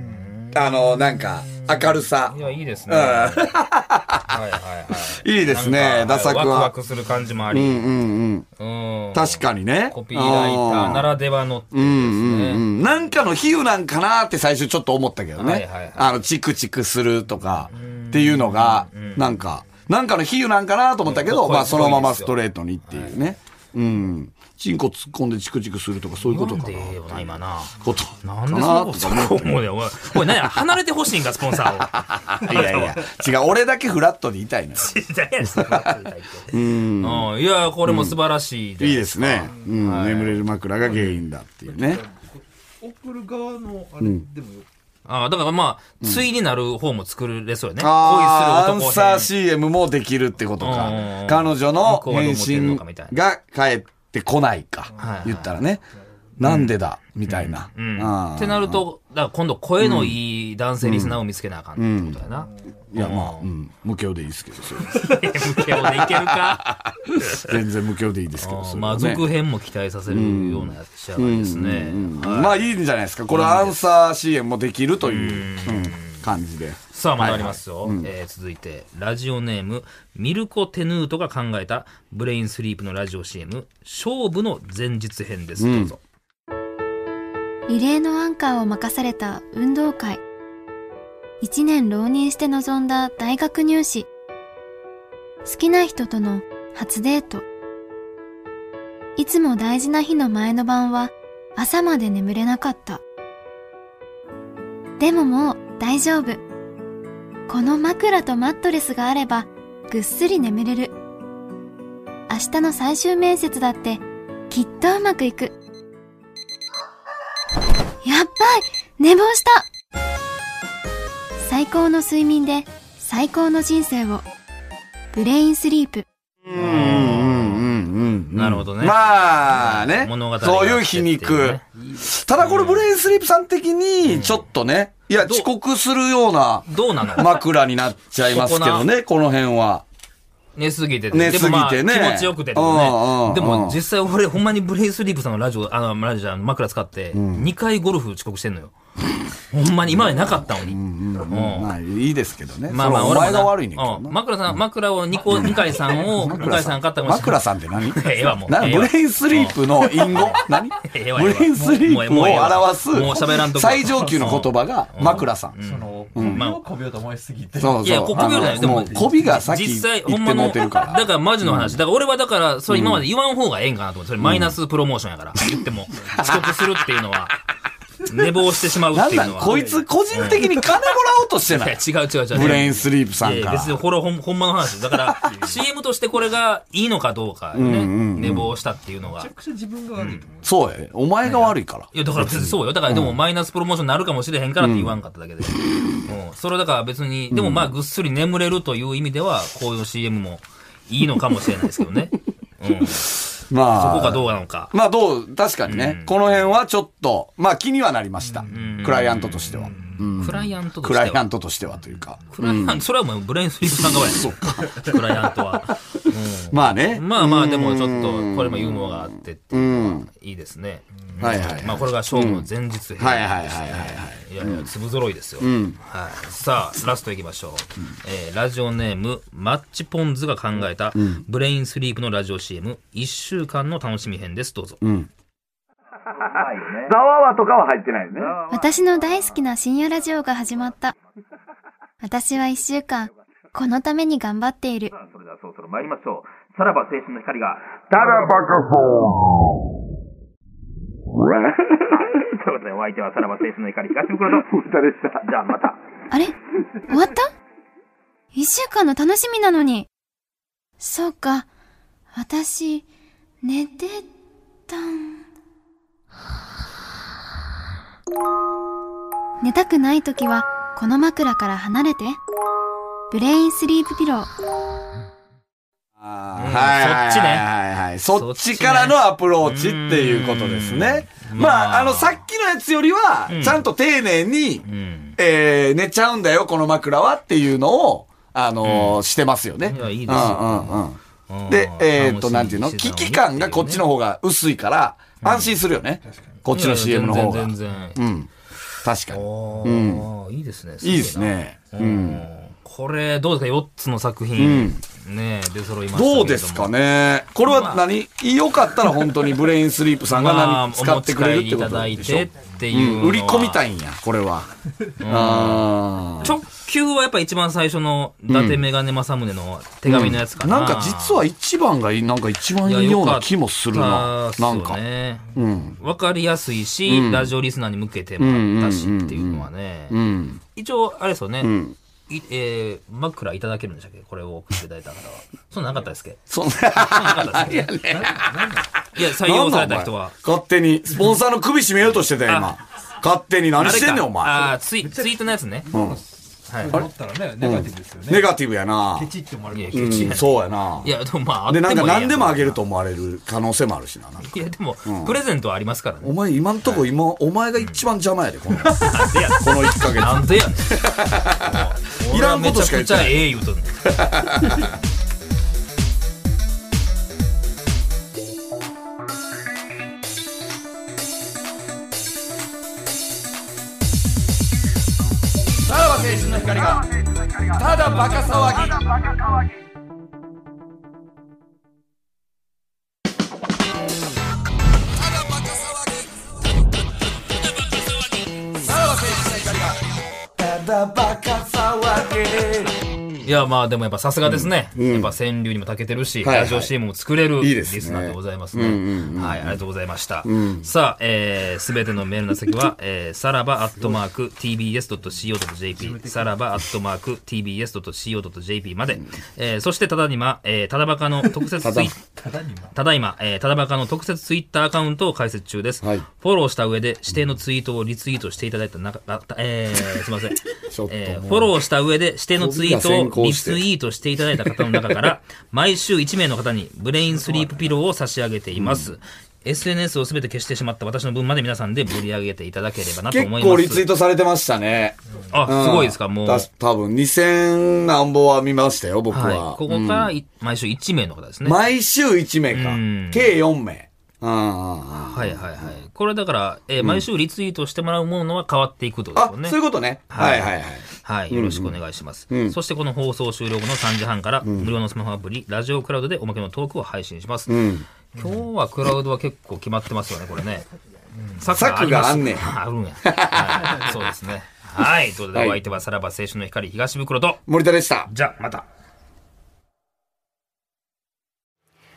[SPEAKER 3] あの、なんか、明るさ
[SPEAKER 2] い。や、いいですね。はいはいはい。
[SPEAKER 3] いいですね
[SPEAKER 2] なんか
[SPEAKER 3] ダサく
[SPEAKER 2] ワ
[SPEAKER 3] は
[SPEAKER 2] クワクする感じもあり。
[SPEAKER 3] う
[SPEAKER 2] うん
[SPEAKER 3] うんうん。
[SPEAKER 2] ん
[SPEAKER 3] 確かにね。
[SPEAKER 2] コピーライターならではのってですね。
[SPEAKER 3] うんうんうん。なんかの比喩なんかなって最初ちょっと思ったけどね。
[SPEAKER 2] はいはいはい
[SPEAKER 3] あの、チクチクするとかっていうのが、なんか、なんかの比喩なんかなと思ったけど、
[SPEAKER 2] うん
[SPEAKER 3] まあ
[SPEAKER 2] こ
[SPEAKER 3] そ
[SPEAKER 2] れ
[SPEAKER 3] のままストレートにっていうね。うん。チンコ突っ込んでチクチクするとかそういうこと
[SPEAKER 2] 読ん
[SPEAKER 3] か
[SPEAKER 2] で
[SPEAKER 3] な。
[SPEAKER 2] ええよな、今な。
[SPEAKER 3] こと
[SPEAKER 2] なんで
[SPEAKER 3] かな
[SPEAKER 2] そ
[SPEAKER 3] と
[SPEAKER 2] こ
[SPEAKER 3] か
[SPEAKER 2] そ
[SPEAKER 3] 思う
[SPEAKER 2] こ思うねんおい、おい、なんや、離れてほしいんか、スポンサーを。
[SPEAKER 3] いやいや、違う、俺だけフラットでいたいのよ。
[SPEAKER 2] 何やねんそんな こと言いたいってうんいや、これも素晴らしい。
[SPEAKER 3] いいですすね。うん、眠れる枕が原因だっていうね。
[SPEAKER 4] 送る側のあれでもよ
[SPEAKER 2] ああ、だからまあ、対になる方も作れそうやね。
[SPEAKER 3] ああ、ア
[SPEAKER 2] 恋
[SPEAKER 3] ン
[SPEAKER 2] する男
[SPEAKER 3] サー
[SPEAKER 2] 編
[SPEAKER 3] CM もできるってこと
[SPEAKER 2] うんうんう
[SPEAKER 3] か
[SPEAKER 2] ん。
[SPEAKER 3] 彼女の
[SPEAKER 2] 向こうはどう思ってん
[SPEAKER 3] 返
[SPEAKER 2] の
[SPEAKER 3] 信
[SPEAKER 2] かみたい
[SPEAKER 3] が返ってこないか
[SPEAKER 2] はいは。い
[SPEAKER 3] 言ったらね。なんでだみたいな。
[SPEAKER 2] う
[SPEAKER 3] あ
[SPEAKER 2] ん。
[SPEAKER 3] ー
[SPEAKER 2] ってなると、だから今度声のいい男性リスナーを見つけなあかんってことやな。
[SPEAKER 3] いや、まあ、うん。無教でいいですけど、それ
[SPEAKER 2] いや無形でいけるか。
[SPEAKER 3] 全然無教でいいですけど、それ
[SPEAKER 2] ま
[SPEAKER 3] は
[SPEAKER 2] あ、
[SPEAKER 3] ね
[SPEAKER 2] 続編も期待させるような仕上がりですね。はい
[SPEAKER 3] まあ、いいんじゃないですか。これアンサー CM もできるといううん感じで。
[SPEAKER 2] さあ、まだありますよ。えー続いて、ラジオネーム、ミルコ・テヌートが考えた、ブレインスリープのラジオ CM、勝負の前日編です。どうぞ。
[SPEAKER 5] リレーのアンカーを任された運動会。一年浪人して臨んだ大学入試。好きな人との初デート。いつも大事な日の前の晩は朝まで眠れなかった。でももう大丈夫。この枕とマットレスがあればぐっすり眠れる。明日の最終面接だってきっとうまくいく。やっばい寝坊した最高の睡眠で最高の人生を。ブレインスリープ。
[SPEAKER 3] うんうんうんうん
[SPEAKER 2] なるほどね
[SPEAKER 3] まあね
[SPEAKER 2] 物語。があっ
[SPEAKER 3] そう
[SPEAKER 2] てっていうね
[SPEAKER 3] いう皮肉。ただこれブレインスリープさん的に、ちょっとね、いや、
[SPEAKER 2] どう
[SPEAKER 3] 遅刻するよう な
[SPEAKER 2] どうなの
[SPEAKER 3] 枕になっちゃいますけどね、この辺は。
[SPEAKER 2] 寝すぎてて。
[SPEAKER 3] 寝すぎてね
[SPEAKER 2] でもまあ気持ちよくてとか
[SPEAKER 3] うんうんうん
[SPEAKER 2] ね。でも実際俺ほんまにブレイスリープさんのラジオ、あの、ラジオじゃない枕使って、2回ゴルフ遅刻してんのよ。ほんまに今までなかったのに。うん
[SPEAKER 3] まあ、いいですけどね。
[SPEAKER 2] まあまあ、
[SPEAKER 3] そ
[SPEAKER 2] 俺もな
[SPEAKER 3] れお前が悪いねんけど
[SPEAKER 2] う
[SPEAKER 3] な。
[SPEAKER 2] 枕さん、枕を2個、二階さんを、向井さん買ったかもしれな
[SPEAKER 3] 枕
[SPEAKER 2] い。
[SPEAKER 3] さんって何
[SPEAKER 2] ええわもう
[SPEAKER 3] な
[SPEAKER 2] ええ
[SPEAKER 3] ブ
[SPEAKER 2] わ
[SPEAKER 3] レインスリープの隠語何ブ
[SPEAKER 2] ええわええわ
[SPEAKER 3] レインスリープを
[SPEAKER 2] もうええわ
[SPEAKER 3] 表す
[SPEAKER 2] もう喋らんとこ
[SPEAKER 3] 最上級の言葉が枕さん。
[SPEAKER 4] その、
[SPEAKER 2] まあ
[SPEAKER 4] 首を媚びようと思いすぎて。
[SPEAKER 3] そうそう。
[SPEAKER 2] いやここよりない
[SPEAKER 3] あの
[SPEAKER 2] でも
[SPEAKER 3] もう、媚びがさっき
[SPEAKER 2] 実際、ほ
[SPEAKER 3] 言
[SPEAKER 2] ん
[SPEAKER 3] っ
[SPEAKER 2] ま
[SPEAKER 3] ても
[SPEAKER 2] の、
[SPEAKER 3] うて る
[SPEAKER 2] だ
[SPEAKER 3] から。
[SPEAKER 2] からマジの話。だから俺はだから、それ今まで言わん方がええんかなと思って、それマイナスプロモーションやから。言っても、遅刻するっていうの は、寝坊してしまうっ
[SPEAKER 3] な
[SPEAKER 2] て
[SPEAKER 3] ん
[SPEAKER 2] いう
[SPEAKER 3] な
[SPEAKER 2] の
[SPEAKER 3] ん
[SPEAKER 2] は。
[SPEAKER 3] こいつ個人的に金もらおうとし てないい。
[SPEAKER 2] や違う違う違う。
[SPEAKER 3] ブレインスリープさん
[SPEAKER 2] いやい
[SPEAKER 3] か
[SPEAKER 2] や
[SPEAKER 3] ら
[SPEAKER 2] 別。にこれはほんほんまの話だから CM としてこれがいいのかどうかね、寝坊したっていうのが
[SPEAKER 4] めちゃくちゃ自分が悪いと思う。
[SPEAKER 3] そうやね。お前が悪いから。
[SPEAKER 2] いやだから別にそうよだからでもマイナスプロモーションになるかもしれへんからって言わんかっただけで、うんそれだから別にでもまあぐっすり眠れるという意味ではこういう CM もいいのかもしれないですけど ね、うん、そ
[SPEAKER 3] まあ。
[SPEAKER 2] こがどうなのか
[SPEAKER 3] まあどう、確かにね、この辺はちょっと、まあ気にはなりました。クライアントとしては。
[SPEAKER 2] クライアントと
[SPEAKER 3] ク
[SPEAKER 2] し
[SPEAKER 3] ラ
[SPEAKER 2] て
[SPEAKER 3] イア
[SPEAKER 2] は
[SPEAKER 3] ントとしてはというか。
[SPEAKER 2] クライアント、それはもうブレインスリープさん側やねクライアントは、
[SPEAKER 3] まあね。
[SPEAKER 2] まあまあでもちょっとこれもユーモアがあってっていうのはいいですね、
[SPEAKER 3] はいはい。
[SPEAKER 2] まあこれが勝負の前日編ですね、
[SPEAKER 3] はいはいはいはいはい。
[SPEAKER 2] いやいや、粒揃いですよ。はい。さあ、ラストいきましょう。えーラジオネーム、マッチポンズが考えた、ブレインスリープのラジオ CM、1週間の楽しみ編です。どうぞ。
[SPEAKER 6] ざわわとかは入ってないよね。
[SPEAKER 5] 私の大好きな深夜ラジオが始まった。私は一週間、このために頑張っている。
[SPEAKER 6] それではそろそろ参りましょう。さらば青春の光が。
[SPEAKER 7] ただバカフォ
[SPEAKER 6] と
[SPEAKER 7] ン。
[SPEAKER 6] いうことでお相手はさらば青春の光東袋と。歌でした。じゃあまた。
[SPEAKER 5] あれ終わった一週間の楽しみなのに。そうか。私、寝てたん。寝たくない時は、この枕から離れて。ブレインスリープピロー。
[SPEAKER 3] はい
[SPEAKER 2] うん
[SPEAKER 3] はい
[SPEAKER 2] そっちね
[SPEAKER 3] はいはい。そっちからのアプローチっていうことですね。
[SPEAKER 2] うん
[SPEAKER 3] まあ、
[SPEAKER 2] まあ
[SPEAKER 3] あの、さっきのやつよりは、ちゃんと丁寧に、
[SPEAKER 2] うん。
[SPEAKER 3] えー寝ちゃうんだよ、この枕はっていうのを、あのーしてますよね。
[SPEAKER 2] いやいいですよ
[SPEAKER 3] うんうんうん
[SPEAKER 2] うん
[SPEAKER 3] で、えーっ
[SPEAKER 2] 楽しみにして
[SPEAKER 3] と、
[SPEAKER 2] たのに
[SPEAKER 3] なんていうの危機感がこっちの方が薄いから、安心するよね。こっちの CM の方が
[SPEAKER 2] いや。全然、全然。
[SPEAKER 3] 確かに。
[SPEAKER 2] おーいいですね。ごない
[SPEAKER 3] いです。ね。
[SPEAKER 2] う
[SPEAKER 3] うん。
[SPEAKER 2] んこれ、どうですか ?4 つの作品。ねえ出揃いましたけれも
[SPEAKER 3] どうですかね。これは何、よかったら本当にブレインスリープさんが
[SPEAKER 2] まあ
[SPEAKER 3] 何、使ってくれるってこと
[SPEAKER 2] お持
[SPEAKER 3] な
[SPEAKER 2] ち帰り
[SPEAKER 3] んで
[SPEAKER 2] い
[SPEAKER 3] した
[SPEAKER 2] だ
[SPEAKER 3] ょ
[SPEAKER 2] いてって
[SPEAKER 3] う。
[SPEAKER 2] いうんのは。
[SPEAKER 3] 売り込みたいんや、こ れは。あー
[SPEAKER 2] 直球はやっぱ一番最初の伊達メガネ正宗の手紙のやつかな。
[SPEAKER 3] なんか実は一番がいい、なんか一番
[SPEAKER 2] いや
[SPEAKER 3] いいよ
[SPEAKER 2] 良
[SPEAKER 3] う
[SPEAKER 2] か
[SPEAKER 3] な
[SPEAKER 2] ったっす
[SPEAKER 3] 気
[SPEAKER 2] よ
[SPEAKER 3] もするな。なんか。
[SPEAKER 2] ね
[SPEAKER 3] うん。
[SPEAKER 2] わかりやすいし、ラジオリスナーに向けてもあったしっていうのはね。
[SPEAKER 3] うん。
[SPEAKER 2] 一応、あれですよね。
[SPEAKER 3] ん
[SPEAKER 2] いえー、枕いただけるんでしたっけこれを送っていただいた方は。そんなんなかったですっけ
[SPEAKER 3] そん
[SPEAKER 2] そんな
[SPEAKER 3] な。
[SPEAKER 2] んなかったですっけいや、 採用された人は。
[SPEAKER 3] 勝手に、スポンサーの首絞めようとしてたよ、今。勝手に何してんねん、お前。
[SPEAKER 2] あーツイツイートのやつね。はい。
[SPEAKER 4] 思ったらね、ネガティブですよね。
[SPEAKER 3] ネガティブ やな
[SPEAKER 4] ケ。チって思われ
[SPEAKER 2] いや
[SPEAKER 4] る
[SPEAKER 2] ケチ
[SPEAKER 3] う
[SPEAKER 2] や
[SPEAKER 3] ん、
[SPEAKER 2] ね。
[SPEAKER 3] そうやない
[SPEAKER 2] や、でもまあ、あっても
[SPEAKER 3] で、ないん
[SPEAKER 2] い
[SPEAKER 3] か
[SPEAKER 2] や
[SPEAKER 3] 何でもあげると思われる可能性もあるしな。なんか
[SPEAKER 2] いや、でも、プレゼントはありますからね。
[SPEAKER 3] お前、今んとこ今、お前が一番邪魔やで、こ の。この1ヶ月。
[SPEAKER 2] なんでやねん。
[SPEAKER 3] いらんことしか言ってない
[SPEAKER 2] 俺はめちゃくちゃええ言うとんねん。
[SPEAKER 3] さらば青春の光が、ただバカ騒ぎ。
[SPEAKER 2] いや、まあでもやっぱさすがですね。やっぱ川柳にも長けてるし、
[SPEAKER 3] はいはい
[SPEAKER 2] ラジオ CM も作れる
[SPEAKER 3] い
[SPEAKER 2] リ
[SPEAKER 3] いですね
[SPEAKER 2] スナーでございますね。はい、ありがとうございました。さあ、えーすべてのメールの先は、 えーさらばアットマーク tbs.co.jp、さらばアットマーク tbs.co.jp まで、えーそしてただにま、えーただばかの特設ツイッただいま、えーただばかの特設ツイッターアカウントを開設中です。
[SPEAKER 3] はい
[SPEAKER 2] フォローした上で指定のツイートをリツイートしていただいた中、あえーすいません。
[SPEAKER 3] ちょっともう
[SPEAKER 2] えーフォローした上で指定のツイートをリツイートしていただいた方の中 から、毎週1名の方にブレインスリープピローを差し上げています。SNS を全て消してしまった私の分まで皆さんでぶり上げていただければなと
[SPEAKER 3] 結
[SPEAKER 2] 思います。
[SPEAKER 3] 構リツイートされてましたね。
[SPEAKER 2] あ、すごいですか、もう。
[SPEAKER 3] た多分2000何本は見ましたよ、僕は。
[SPEAKER 2] はい。ここからい、毎週1名の方ですね。
[SPEAKER 3] 毎週1名か
[SPEAKER 2] うん。
[SPEAKER 3] 計4名。あ
[SPEAKER 2] はいはいはい。これだから、えー毎週リツイートしてもらうものは変わっていくってこ
[SPEAKER 3] あ、
[SPEAKER 2] とです
[SPEAKER 3] あ
[SPEAKER 2] よね。
[SPEAKER 3] そういうことね。
[SPEAKER 2] は
[SPEAKER 3] はいいはいはい。
[SPEAKER 2] はい、よろしくお願いします。そしてこの放送終了後の3時半から、無料のスマホアプリ、ラジオクラウドでおまけのトークを配信します。今日はクラウドは結構決まってますよね、これね。策
[SPEAKER 3] 策があんねん
[SPEAKER 2] りますあるんや。はい、そうですね。 はい、ということでお相手はさらば青春の光東袋と、
[SPEAKER 3] 森田でした。
[SPEAKER 2] じゃあまた。